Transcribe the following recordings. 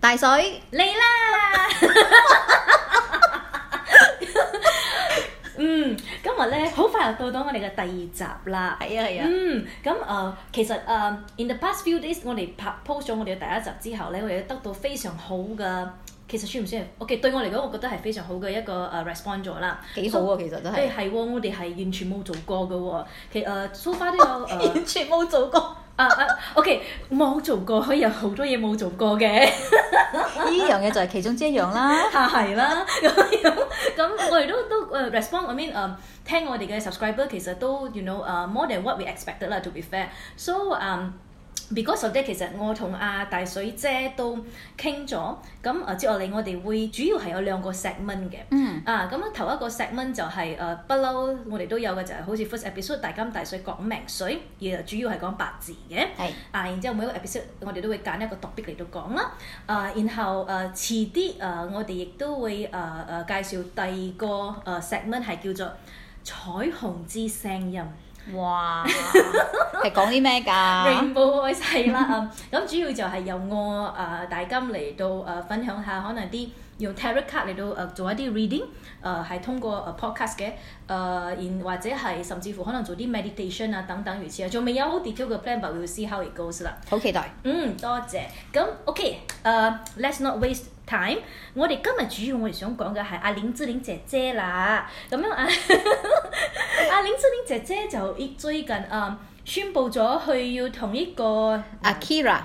大水，嚟啦！ 嗯，今日咧好快又到到我哋嘅第二集啦。係啊係啊嗯，咁誒、呃其實誒、呃 in the past few days，我哋拍 post 咗我哋嘅第一集之後咧，我哋得到非常好嘅，其實算唔算係？OK，對我嚟講，我覺得係非常好嘅一個誒、呃 response 咗啦。幾好啊，其實真誒係，係喎，我哋係完全冇做過嘅喎。其誒 so far 都有誒。呃 完全冇做過。啊啊，OK，冇做過，可以有好多嘢冇做過嘅，呢樣嘢就係其中之一樣啦。嚇啊係啦，咁樣咁我哋都都誒 respond，I mean 誒、聽我哋嘅 subscriber 其實都 you know 誒、more than what we expected 啦，to be fair，so 誒、because of that，其實我同阿大水姐都傾咗，咁誒接落嚟我哋會主要係有兩個 segment 嘅。嗯，啊，咁樣頭一個 segment 就係誒不嬲，我哋都有嘅就係、好似 first episode 大金大水講命水，而呃主要係講八字嘅。係啊，然之後每一個 episode 我哋都會揀一個 topic 嚟到講啦。啊，然後誒、呃、遲啲誒、呃我哋亦都會誒誒、呃介紹第二個誒、呃 segment 係叫做彩虹之聲音。哇，係講啲咩㗎？ Rainbow Voice 係啦，嗯咁主要就係由我誒、呃大金嚟到誒、呃分享下，可能啲用 tarot card 嚟到誒、呃做一啲 reading，誒、係通過誒、呃 podcast 嘅誒、呃然或者係甚至乎可能做啲 meditation 啊等等如此啊，仲未有好 detail 嘅 plan，but we'll see how it goes 啦。好期待。嗯，多謝。咁 OK，誒、l e t s not waste time。我哋今日主要我哋想講嘅係阿林志玲姐姐啦。咁樣啊， 阿林志玲姐姐就亦最近誒、嗯宣布咗佢要同呢個嗯 Akira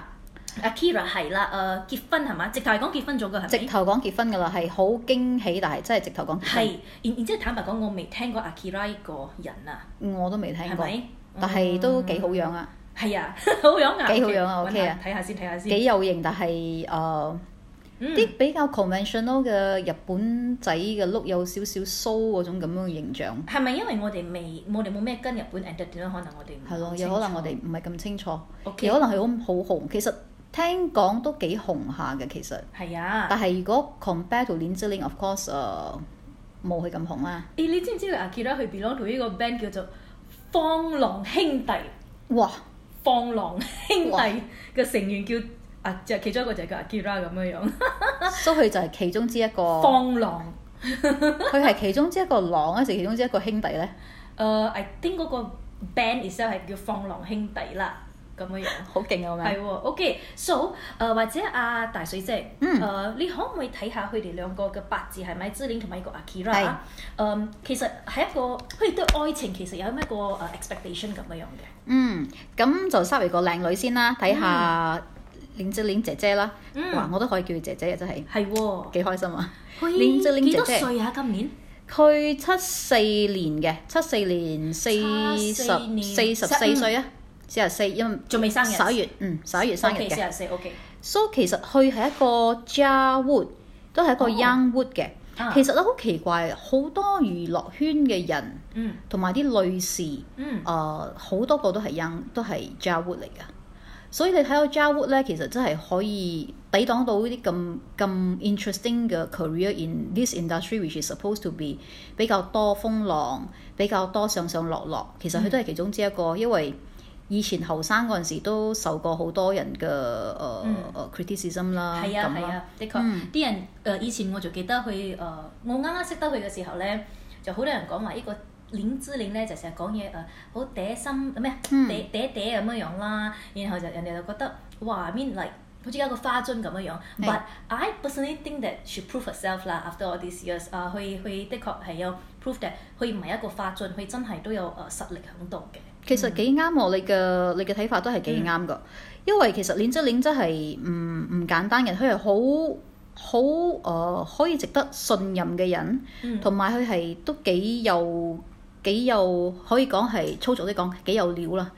Akira 係啦，誒、呃結婚係嘛？直頭係講結婚咗㗎係直咪？頭講結婚㗎啦，係好驚喜，但係真係直頭講結係，然然之後坦白講，我未聽過 Akira 呢個人啊，婚，嗯我都未聽係過，咪？嗯但係嗯都幾好樣啊，係啊， 好樣啊，幾好樣啊揾 OK 啊下睇下先，睇下先。幾有型，但係誒嗯啲比較 conventional 嘅日本仔嘅 look 有少少鬚嗰種咁樣嘅形象。係咪因為我哋未，我哋冇咩跟日本 entertainment，可能我哋唔係咯，好有可能我清哋唔係咁清楚，楚 OK 有可能佢好好紅。其實聽講都幾紅下嘅，其實。係啊。但係如果 compare to 林志玲，of course，誒冇佢咁紅啦。誒，你知唔知阿 Kira 佢 belong to 呢個 band 叫做放浪兄弟？哇！放浪兄哇弟嘅成員叫啊，就其中一個就係叫阿 Kira 咁樣樣。所以佢就係其中之一個，啊放浪佢係其中之一個狼，還是其中之一個兄弟 咧？誒，I 呃 think 嗰個 band itself 係叫放浪兄弟啦，咁樣樣。好勁啊！我係咪喎，OK，so 誒、或者阿、大水姐，誒、呃嗯你可唔可以睇下佢哋兩個嘅八字係咪之戀同埋呢個 Akira？係誒、其實係一個佢哋對愛情其實有咩個誒 expectation 咁樣樣嘅？嗯，咁就稍微個靚女先啦，睇下林志玲姐姐啦。嗯哇！我都可以叫佢姐姐啊嘅，真係係喎，幾開心啊！佢連隻幾拎多姐姐歲啊？今年佢七四年嘅，七四年四十74年四十四歲啊，四十四，因為仲未生日，十一月，嗯，十一月生日 OK，四嘅。廿四，OK， So 其實佢係一個 Jar Wood，都係一個哦 Young Wood 嘅。啊其實咧好奇怪，好多娛樂圈嘅人嗯同埋啲女士，誒、嗯，呃好多個都係 Young，都係 Jar Wood 嚟㗎。所以你睇到 Jar Wood 咧，其實真係可以抵擋到呢啲咁咁 interesting 嘅 career in this industry which is supposed to be 比較多風浪，比較多上上落落。其嗯實佢都係其中之一個，因為以前後生嗰陣時都受過好多人嘅誒嗯誒 criticism 啦，係啊咁係啦，啊，的確，嗯啲人誒、呃以前我仲記得佢誒、我啱啱識得佢嘅時候咧，就好多人講話哎呢個。林志玲咧就成日講嘢誒，呃好嗲心咩啊嗯嗲嗲嗲咁樣樣啦，然後就人哋就覺得哇，mean like 好似一個花樽咁樣樣。係 But I personally think that she prove herself 啦，after all these years 啊，佢佢的確係有 prove that 佢唔係一個花樽，佢真係都有誒實力喺度嘅。其實幾啱我，你嘅你嘅睇法都係幾啱噶，因為其實鏈質鏈真係唔唔簡單嘅，佢係好好誒可以值得信任嘅人，嗯同埋佢係都幾有幾有可以講係粗俗啲講幾有料啦。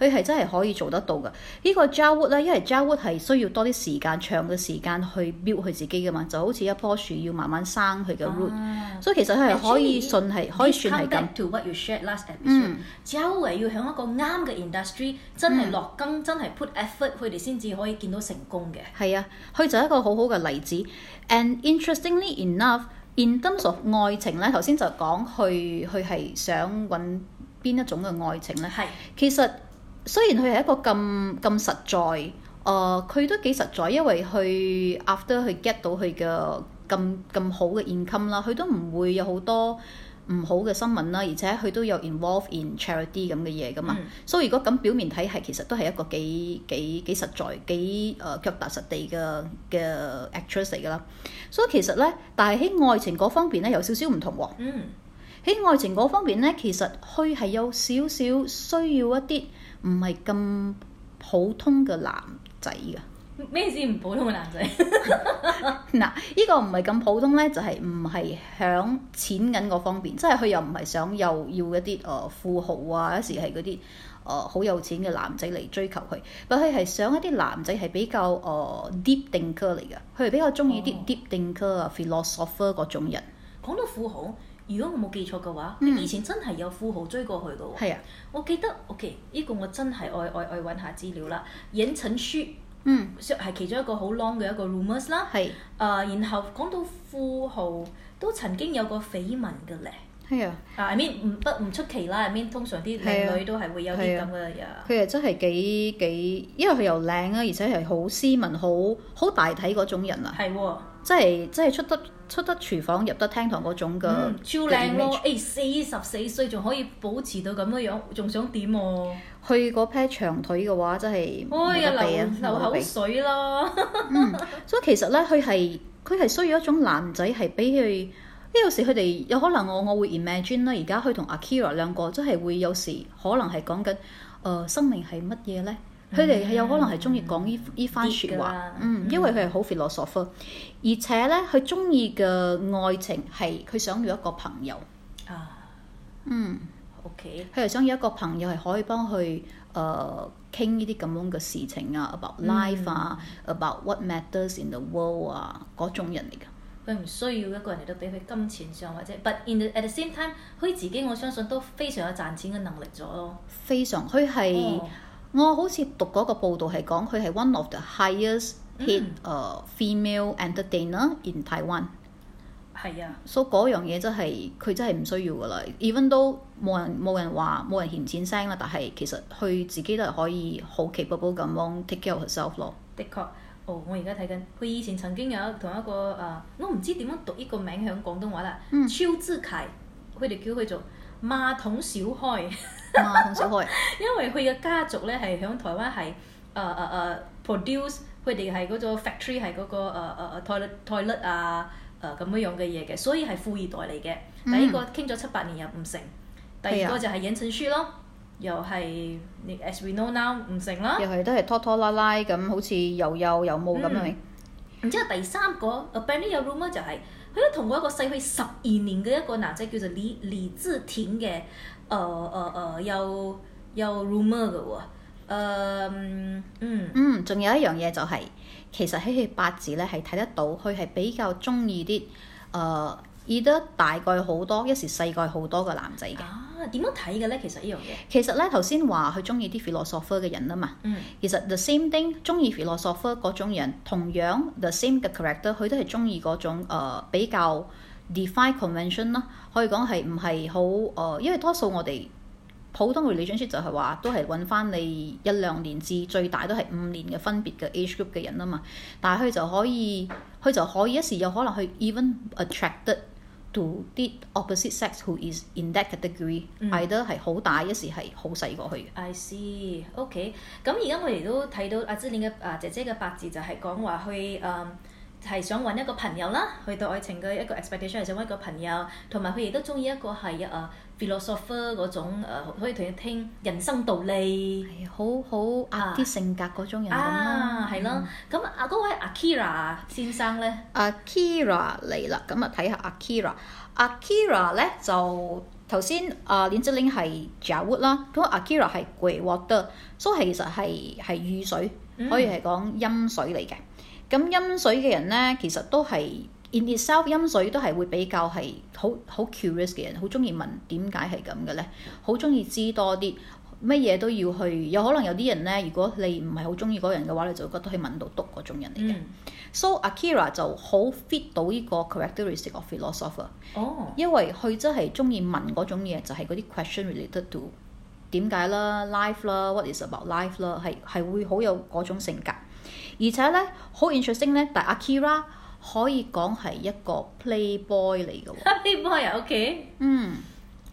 佢係真係可以做得到嘅。呢、個 Jarwood 咧，因為 Jarwood 係需要多啲時間、長嘅時間去 build 佢自己噶嘛，就好似一棵樹要慢慢生佢嘅 root，、啊所以其實哦佢係可以 Actually，信係可以 This 算 come 係咁 back。to what you shared last episode，嗯只係要響一個啱嘅 industry，真係落更，真係 put effort，佢哋先至可以見到成功嘅。係啊，佢就係一個好好嘅例子。And interestingly enough, in terms of 愛情咧，頭先就講佢佢係想揾邊一種嘅愛情咧。係其實雖然佢係一個咁咁實在，誒、誒佢都幾實在，因為佢 after 佢 get 到佢嘅咁咁好嘅 income 啦，佢都唔會有好多唔好嘅新聞啦，而且佢都有 involve in charity 咁嘅嘢噶嘛。嗯所以如果咁表面睇係，其實都係一個幾幾幾實在、幾誒、呃、腳踏實地嘅嘅 actress 嚟㗎啦。所以其實咧，但係喺愛情嗰方面咧，有少少唔同喎、嗯喺愛情嗰方面咧，其實佢係有少少需要一啲唔係咁普通嘅男仔㗎。咩先唔普通嘅啊男仔？ 嗱，呢個唔係咁普通咧，就係唔係響錢銀嗰方面，即係佢又唔係想又要一啲誒、呃富豪啊，有時係嗰啲誒好有錢嘅男仔嚟追求佢，但佢係想一啲男仔係比較誒、呃 deep thinker 嚟嘅，佢係比較中意啲哦 deep thinker 啊、philosopher 嗰種人，講到富豪，如果我冇記錯嘅話，嗯以前真係有富豪追過去嘅喎。係啊，我記得，OK，呢個我真係愛愛愛揾下資料啦。影陳書嗯，係其中一個好 long 嘅一個 rumors 啦。係誒、然後講到富豪都曾經有個緋聞嘅咧。係啊，啊，I mean 唔不唔出奇啦，I mean 通常啲係啊靚女都係會有啲係啊咁嘅嘢。佢係真係幾幾，因為佢又靚啊，而且係好斯文、好好大體嗰種人啊，係喎，即係即係出得出得廚房入得廳堂嗰種嘅。嗯，超靚咯！誒，四十四歲仲可以保持到咁嘅樣，仲想點喎、去嗰 pair 長腿嘅話，真係冇哎呀，得比流啊！流冇得口比水啦！ 嗯，所以其實咧，佢係佢係需要一種男仔係俾佢，因為有時佢哋有可能我我會 imagine 啦，而家佢同 Akira 兩個真係會有時可能係講緊誒生命係乜嘢咧？佢哋係有可能係中意講呢呢番啲説㗎話啦，嗯，因為佢係好 philosopher，而且咧佢中意嘅愛情係佢想要一個朋友，啊嗯。 ，OK，佢係想有一個朋友係可以幫佢誒傾呢啲咁樣嘅事情啊，about 嗯 life 啊、a b o u t what matters in the world 啊，嗰種人嚟㗎。佢唔需要一個人嚟到俾佢金錢上或者，but in the, at the same time，佢自己我相信都非常有賺錢嘅能力咗咯。非常，佢係、哦我好似讀嗰個報道係講佢係 one of the highest paid 誒、嗯 female entertainer in Taiwan。係啊，所以嗰樣嘢真係佢真係唔需要㗎啦，even 都冇人冇人話冇人嫌錢聲啦，但係其實佢自己都係可以好 capable 咁樣 take care of herself 咯。的確。哦，我而家睇緊，佢以前曾經有同一個誒、呃我唔知點樣讀呢個名響廣東話啦。嗯超之凱，佢哋叫佢做馬桶小開。 啊，同小開。因為佢嘅家族咧係響台灣係誒誒誒 produce，佢哋係嗰個 factory 係嗰、個呃誒誒誒 toilet toilet 啊誒咁樣樣嘅嘢嘅，所以係富二代嚟嘅。嗯第一個傾咗七八年又唔成，第二係個啊就係引陳書咯，又係你 as we know now 唔成啦。又係都係拖拖拉拉咁，好似又幼又冇咁樣。然之後第三個 a b a n d y 有 rumor 就係佢都同過一個細佢十二年嘅一個男仔叫做李李志廷嘅，誒誒誒有有 rumor 嘅喎，誒、嗯嗯嗯，仲有一樣嘢就係、其實喺佢八字咧係睇得到，佢係比較中意啲誒，either 大概好多，一時細概好多嘅男仔嘅。啊點樣睇嘅咧？其實呢樣嘢，其實咧頭先話佢中意啲 philosopher 嘅人啊嘛，嗯其實 the same thing 中意 philosopher 嗰種人，同樣 the same 嘅 character，佢都係中意嗰種、呃、比較 define convention 啦，可以講係唔係好呃誒？因為多數我哋普通 relationship 就係話都係揾翻你一兩年至最大都係五年嘅分別嘅 age group 嘅人啊嘛，但係佢就可以佢就可以一時有可能去 even attracted。to 啲 opposite sex who is in that category，either 嗯係好大，一時係好細過去嘅。 I see，OK、咁而家我哋都睇到阿芝蓮嘅啊姐姐嘅八字就係講話去誒。嗯係想揾一個朋友啦，去到愛情嘅一個 expectation 係想揾一個朋友，同埋佢亦都中意一個係誒 philosopher 嗰種、呃、可以同佢傾人生道理。係好好壓啲性格嗰種人咁啦啊啊，。係咯。咁啊，嗰位 Akira 先生咧， Akira 嚟啦，咁啊睇下 Akira。Akira 咧就頭先啊，連志玲係 j a w 啦，咁啊 Akira 係 grey water，所以其實係係雨水，嗯可以係講陰水嚟嘅。咁陰水嘅人咧，其實都係 in itself 陰水都係會比較係好好 curious 嘅人，好中意問點解係咁嘅咧，好中意知多啲。乜嘢都要去，有可能有啲人咧，如果你唔係好中意嗰個人嘅話，你就會覺得佢問到篤嗰種人嚟嘅。嗯， So Akira 就好 fit 到呢個 characteristic of philosopher，哦，因為佢真係中意問嗰種嘢，就係嗰啲 question related to 點解啦、life 啦、what is about life 啦，係係會好有嗰種性格。而且咧好 interesting 咧，但 Akira 可以講係一個 playboy 嚟嘅喎。 Happy boy 啊，OK，嗯，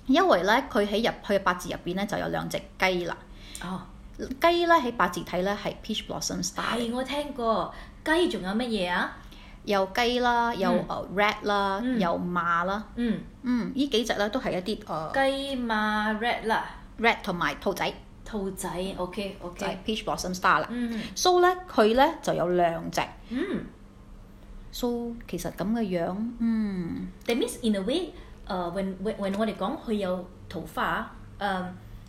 因為咧佢喺入佢嘅八字入邊咧就有兩隻雞啦。哦，雞咧喺八字睇咧係 peach blossom star，係我聽過，雞仲有乜嘢啊？有雞啦，有嗯呃 rat 啦，嗯有馬啦。嗯，嗯，呢幾隻咧都係一啲誒雞馬 red 啦， rat 同埋兔仔，兔仔，OK 就係 OK， peach blossom star 啦。嗯 so 咧佢咧就有兩隻。嗯 so 其實咁嘅樣，嗯， ，that means in a way，誒，when when when 我哋講佢有桃花，誒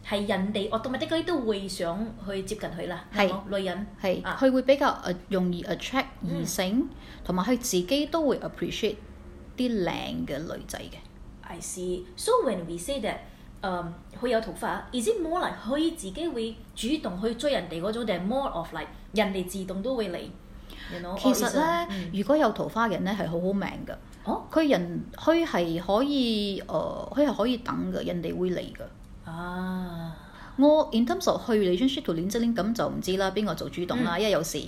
係人哋 automatically 都會想去接近佢啦，係啱冇女人。係啊佢會比較誒容易 attract 嗯異性，同埋佢自己都會 appreciate 啲靚嘅女仔嘅。 I see. So when we say that，um, 佢有桃花，is it more like 佢自己會主動去追人哋嗰種，定係 more of like 人哋自動都會嚟？You know, 其 or 實 is it- 咧，嗯如果有桃花嘅人咧係好好命㗎。哦佢人佢係可以誒，呃佢、係可以等嘅，人哋會嚟嘅。啊，我 in terms of 去 relationship to 戀之戀咁就唔知啦，邊個做主動嗯啦？因為有時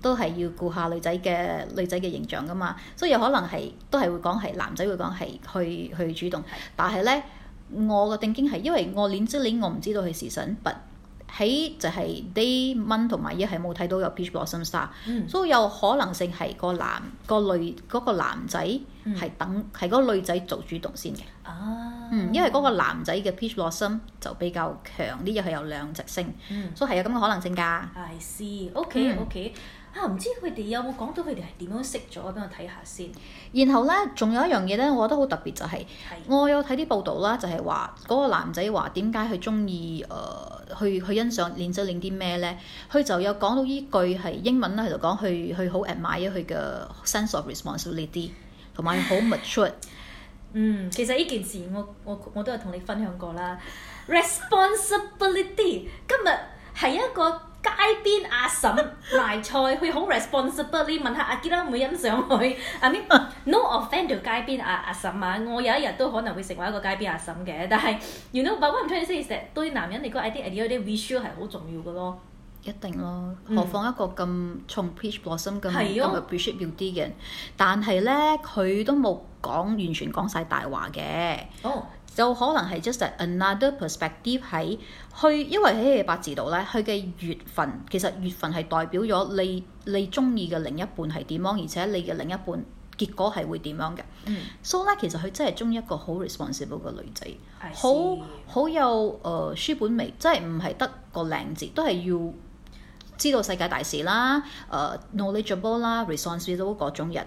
都係要顧下女仔嘅女仔嘅形象噶嘛，所以有可能係都係會講係男仔會講係去去主動，但係咧我嘅定經係因為我戀之戀我唔知道佢時辰，but 喺就係 day one 同埋一係冇睇到有 peach blossom star。嗯所以有可能性係個男個女嗰、個男仔嗯係等係嗰個女仔做主動先嘅，啊，嗯，因為嗰個男仔嘅 peach blossom 就比較強啲，因為佢有兩隻星，嗯所以係有咁嘅可能性㗎。 I see. OK 嗯 OK 啊，唔知佢哋有冇講到佢哋係點樣識咗？俾我睇下先。然後咧，仲有一樣嘢咧，我覺得好特別就係、係我有睇啲報道啦，就係話嗰個男仔話點解佢中意誒去去欣賞練習練啲咩咧？佢就有講到依句係英文啦，佢就講佢佢好 admire 佢嘅 sense of responsibility 同埋好 mature。嗯，其實呢件事我我我都有同你分享過啦。responsibility 今日係一個街邊阿嬸賣菜，佢好 responsibility 問下阿基拉妹欣賞佢。I mean no offend to 街邊阿阿嬸啊，我有一日都可能會成為一個街邊阿嬸嘅，但係 you know but what I'm trying to say is that 對男人嚟講，I think 有啲 visual 係好重要嘅咯。一定咯，嗯何況一個咁重 peach blossom 咁係啊咁咯 appreciate beauty 嘅人，但係咧佢都冇講完全講晒大話嘅，哦，就可能係 just that another perspective 喺去，因為喺佢八字度咧，佢嘅月份其實月份係代表咗你你中意嘅另一半係點樣，而且你嘅另一半結果係會點樣嘅。嗯，所以咧，其實佢真係中意一個好 responsible 嘅女仔。 I see 好好有誒、呃、書本味，即係唔係得個靚字，都係要知道世界大事啦，誒、knowledgeable 啦，responsible 嗰種人，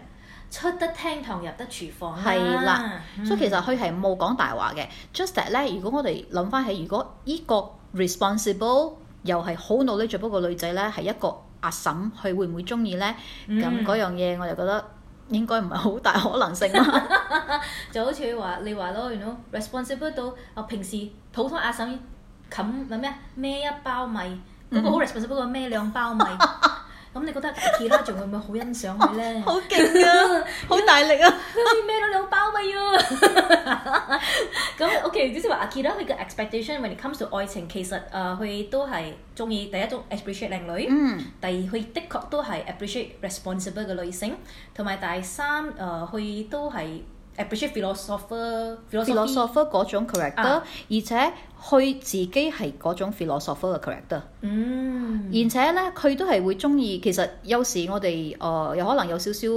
出得廳堂入得廚房係啦嗯所以其實佢係冇講大話嘅。Just that 咧，如果我哋諗翻起，如果呢個 responsible 又係好 knowledgeable 個女仔咧，係一個阿嬸，佢會唔會中意咧？咁嗯嗰、樣嘢我就覺得應該唔係好大可能性啦。就好似話你話咯，原 you know, responsible 到我平時普通阿嬸冚咪咩啊孭一包米，嗯嗰、個好 responsible 個孭兩包 米。咁你覺得 k i 仲會唔會好欣賞佢 咧？ 好勁啊！ 好大力啊！佢孭咗兩包米啊！ 咁 OK，即係話阿 k i 佢嘅 expectation when it comes to 愛情，其實誒呃佢、都係中意第一種 appreciate 靚女。嗯。第二，佢的確都係 appreciate responsible 嘅女性，同埋第三，誒、佢都係 appreciate philosopher philosophy， philosopher 嗰種 character，、啊而且佢自己係嗰種 philosopher 嘅 character，、嗯，而且咧佢都係會中意。其實有時我哋誒、呃有可能有少少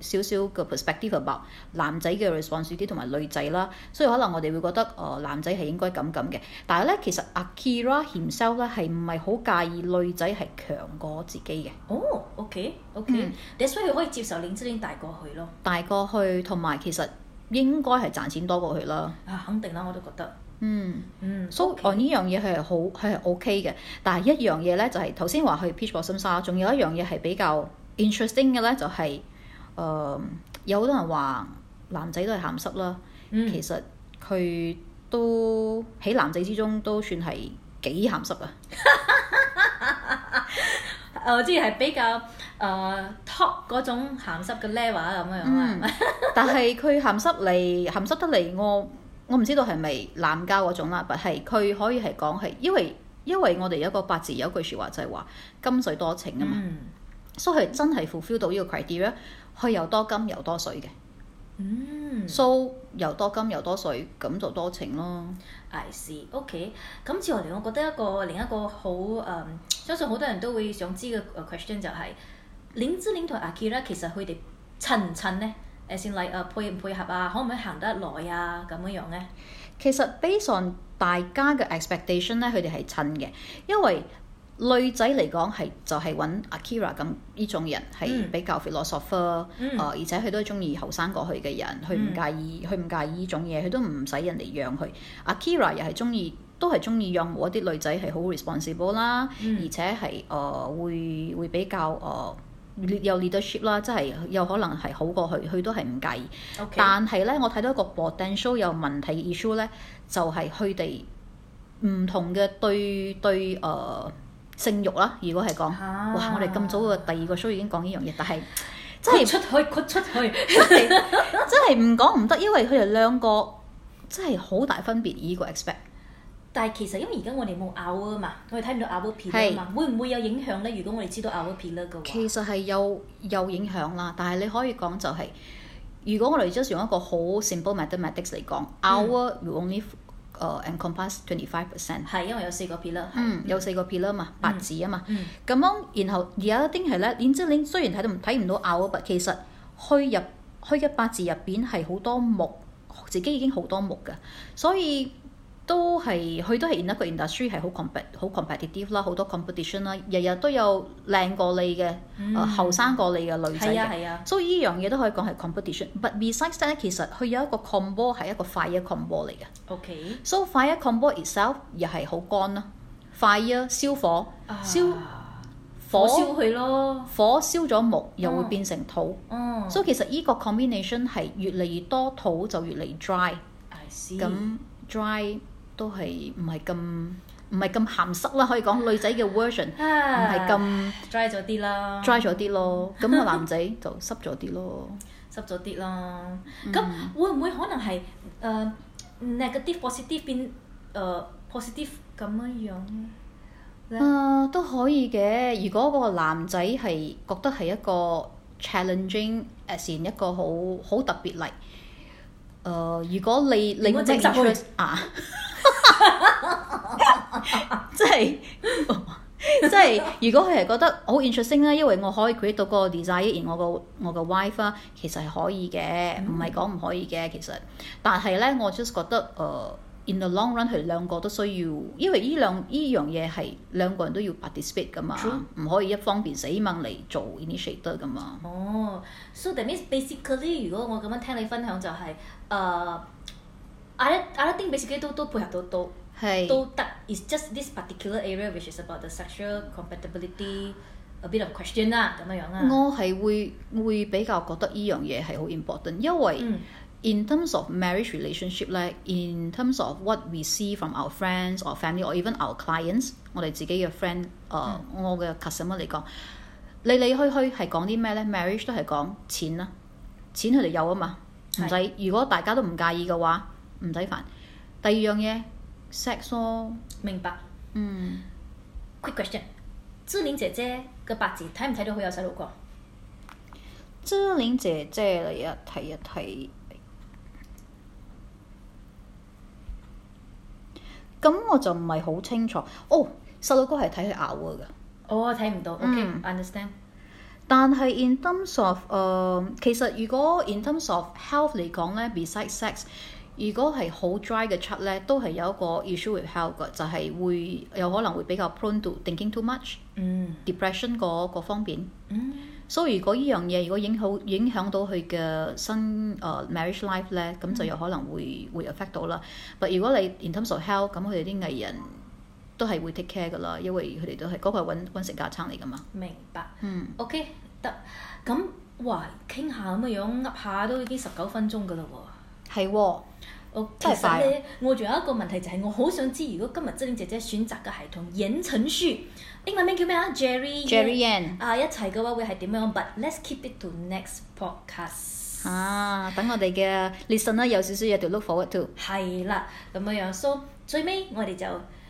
少少嘅 perspective about 男仔嘅 responsibility 同埋女仔啦，所以可能我哋會覺得誒、呃男仔係應該咁咁嘅。但係咧，其實 Akira himself 咧係唔係好介意女仔係強過自己嘅，哦嗯，OK，OK，that's why 佢可以接受林志玲大過佢咯，大過去同埋其實應該係賺錢多過佢啦。啊，肯定啦，我都覺得，嗯。嗯，所以 OK 我呢樣嘢佢係好佢係 OK 嘅，但係一樣嘢咧就係頭先話去 Peach Blossom 沙，仲有一樣嘢係比較 interesting 嘅咧，就係、呃有好多人話男仔都係鹹濕啦，嗯其實佢都喺男仔之中都算係幾鹹濕啊！誒，即呃係比較誒、top 呃嗰種鹹濕嘅 level 啊咁樣嗯啦，，但係佢鹹濕嚟鹹濕得嚟，我我唔知道係咪濫交嗰種啦，但係佢可以係講係因為因為我哋有一個八字有一句説話就係話金水多情啊嘛。嗯，所以佢真係 fulfill 到呢個 criteria，佢又多金又多水嘅。嗯 so 又多金又多水，咁就多情咯。 I see。OK，咁接落嚟，我覺得一個另一個好誒、嗯相信好多人都會想知嘅呃 question 就係、林志玲同 Akira 其實佢哋襯唔襯呢？誒先嚟誒配唔配合啊？可唔可以行得耐啊？咁樣樣呢？其實 based on 大家嘅 expectation 咧，佢哋係襯嘅，因為女仔嚟講係就係揾 Akira 咁呢種人係嗯比較 philosopher，誒、啊嗯而且佢都中意後生過去嘅人，佢唔嗯介意，佢唔介意呢種嘢，佢都唔使人哋讓佢。Akira 又係中意。都係中意讓我啲女仔係好 responsible 啦，嗯而且係誒、呃、會會比較誒、呃有 leadership 啦，即係有可能係好過佢，佢都係唔介意。 OK，但係咧，我睇到一個 potential 有問題嘅 issue 咧，就係佢哋唔同嘅對對誒、呃性慾啦。如果係講，啊哇！我哋咁早嘅第二個 show 已經講呢樣嘢，但 係真豁出係去， 豁出去。真係真係唔講唔得，因為佢哋兩個真係好大分別。呢個 expect 但係其實因為而家我哋冇 hour 啊嘛，我哋睇唔到 hour pillar 啊嘛，會唔會有影響呢？如果我哋知道 hour pillar 嘅話，其實係有有影響啦，但係你可以講就係、如果我哋 just 用一個好 simple mathematics 嚟講、o u r will only 誒 encompass twenty five percent。係因為有四個 pillar 係。嗯，有四個 pillar 嘛，八字啊嘛。嗯咁樣，然後而家一定係咧，連之玲雖然睇到睇唔到咬啊，但其實虛入虛嘅八字入邊係好多木，自己已經好多木㗎，所以都係佢都係 in 一個 industry 係好 compet 好 competitive 啦，好多 competition 啦，日日都有靚過你嘅，誒呃後生過你嘅女仔嗯係啊嘅。係啊，所以呢樣嘢都可以講係 competition。But besides that 咧，其實佢有一個 combo 係一個 fire combo 嚟嘅。 OK。 So fire combo itself 又係好乾啦。Fire 燒火，燒火火燒佢咯。火燒咗木，又會嗯變成土。哦，所以其實呢個 combination 係越嚟越多土就越嚟越 dry， I see。咁 dry 都係唔係咁唔係咁鹹濕啦，可 以講女仔嘅 version 唔唔係咁啊 dry 咗啲啦， dry 咗啲咯，咁個男仔就濕咗啲咯。濕咗啲啦。嗯咁、會唔會可能係誒、呃 negative positive 變誒、呃 positive 咁樣樣呢？啊、都可以嘅。如果嗰個男仔係覺得係一個 challenging，誒前一個好好特別嚟。誒、如果你你如果整濕佢 interest 啊， 即係 即係如果佢係覺得好 interesting 啦，因為我可以 create 到個 desire in 我個我個 wife 啦，其實係可以嘅，唔係講唔可以嘅其實。但係咧，我 just 覺得誒、呃 in the long run 佢兩個都需要，因為呢兩依樣嘢係兩個人都要 participate 噶嘛 True，唔可以一方面死掹嚟做 initiator 噶嘛。哦，so that means basically，如果我咁樣聽你分享就係、誒、i don't I don't think basically 都都配合到到係都得，it's just this particular area which is about the sexual compatibility a bit of question 啦，咁樣樣啊。我係會會比較覺得呢樣嘢係好 important，因為、嗯 in terms of marriage relationship 咧，in terms of what we see from our friends or family or even our clients，我哋自己嘅 friend，誒、我呃嘅 customer 嚟講，嚟嚟去去係講啲咩咧？marriage 都係講錢啦，錢佢哋有啊嘛，唔使如果大家都唔介意嘅話，唔使煩。第二樣嘢 sex 咯，明白。嗯， Quick question，志玲姐姐嘅八字睇唔睇到佢有細路哥？遮玲姐姐嚟啊，睇一睇。咁我就唔係好清楚。哦，細佬哥係睇佢咬嘅㗎，哦，睇唔到。嗯 OK，understand、但係 in terms of 誒、其實如果 in terms of health 嚟講咧，besides sex，如果係好 dry 嘅 chart 咧，都係有一個 issue with health 嘅，就係會有可能會比較 prone to thinking too much、嗯 depression 嗰個方面。嗯所以如果呢樣嘢如果影響影響到佢嘅新誒、呃 marriage life 咧，咁就有可能會會 affect 到啦。但如果你 in terms of health，咁佢哋啲藝人都係會 take care 噶啦，因為佢哋都係嗰、個係揾揾食架撐嚟噶嘛。明白。嗯， OK，得。咁哇，傾下咁嘅樣，噏下都已經十九分鐘㗎啦喎。係喎、我其真係快啊實咧，我仲有一個問題就係、我好想知，如果今日志玲姐姐選擇嘅係同言承旭，英文名叫咩啊？Jerry Jerry Yan 啊一齊嘅話會係點樣？But let's keep it to next podcast。啊，等我哋 嘅 listener 有少少嘢 to look forward to。係啦，咁樣樣。So 最尾我哋就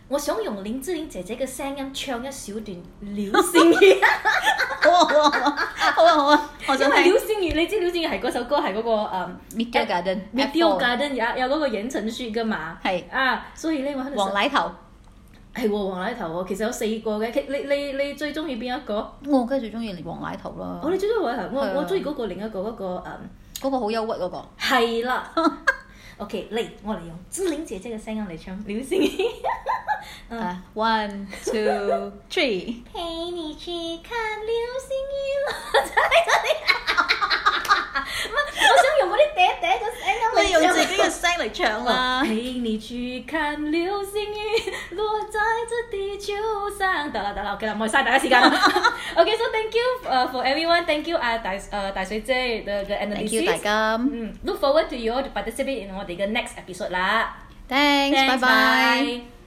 我想用林志玲姐姐嘅聲音唱一小段廖善儀， 好啊好啊好啊好啊，我因想為廖睇善儀你知廖善儀係嗰首歌係嗰、個誒 Meteor Garden m e d i o F4 Garden 有有嗰個言承旭噶嘛，係啊，所以咧我喺度黃想奶頭，係喎黃奶頭喎，其實有四個嘅，其你你你最中意邊一個？哦我梗係最中意黃奶頭啦，我哋最中意黃奶頭，我係啊我中意嗰個另一個嗰、個誒嗰個好憂鬱嗰個。係 啦。OK，嚟我嚟用志玲姐姐嘅聲音嚟唱廖善儀。啊，one two three，陪你去看流星雨落在哪 里。我想用嗰啲嗲嗲嘅聲啊你音嚟用唱自己嘅聲嚟唱啦。陪你去看流星雨落在這地球上。得啦得啦，OK 啦，唔好嘥大家時 間啦。OK，so、thank you 誒 for everyone，thank you 啊大誒大水姐嘅嘅 Thank you 大 analysis。家 Mm, 嗯，look forward to you all to participate in 我哋嘅 next episode 啦。 ，thanks，拜拜。 bye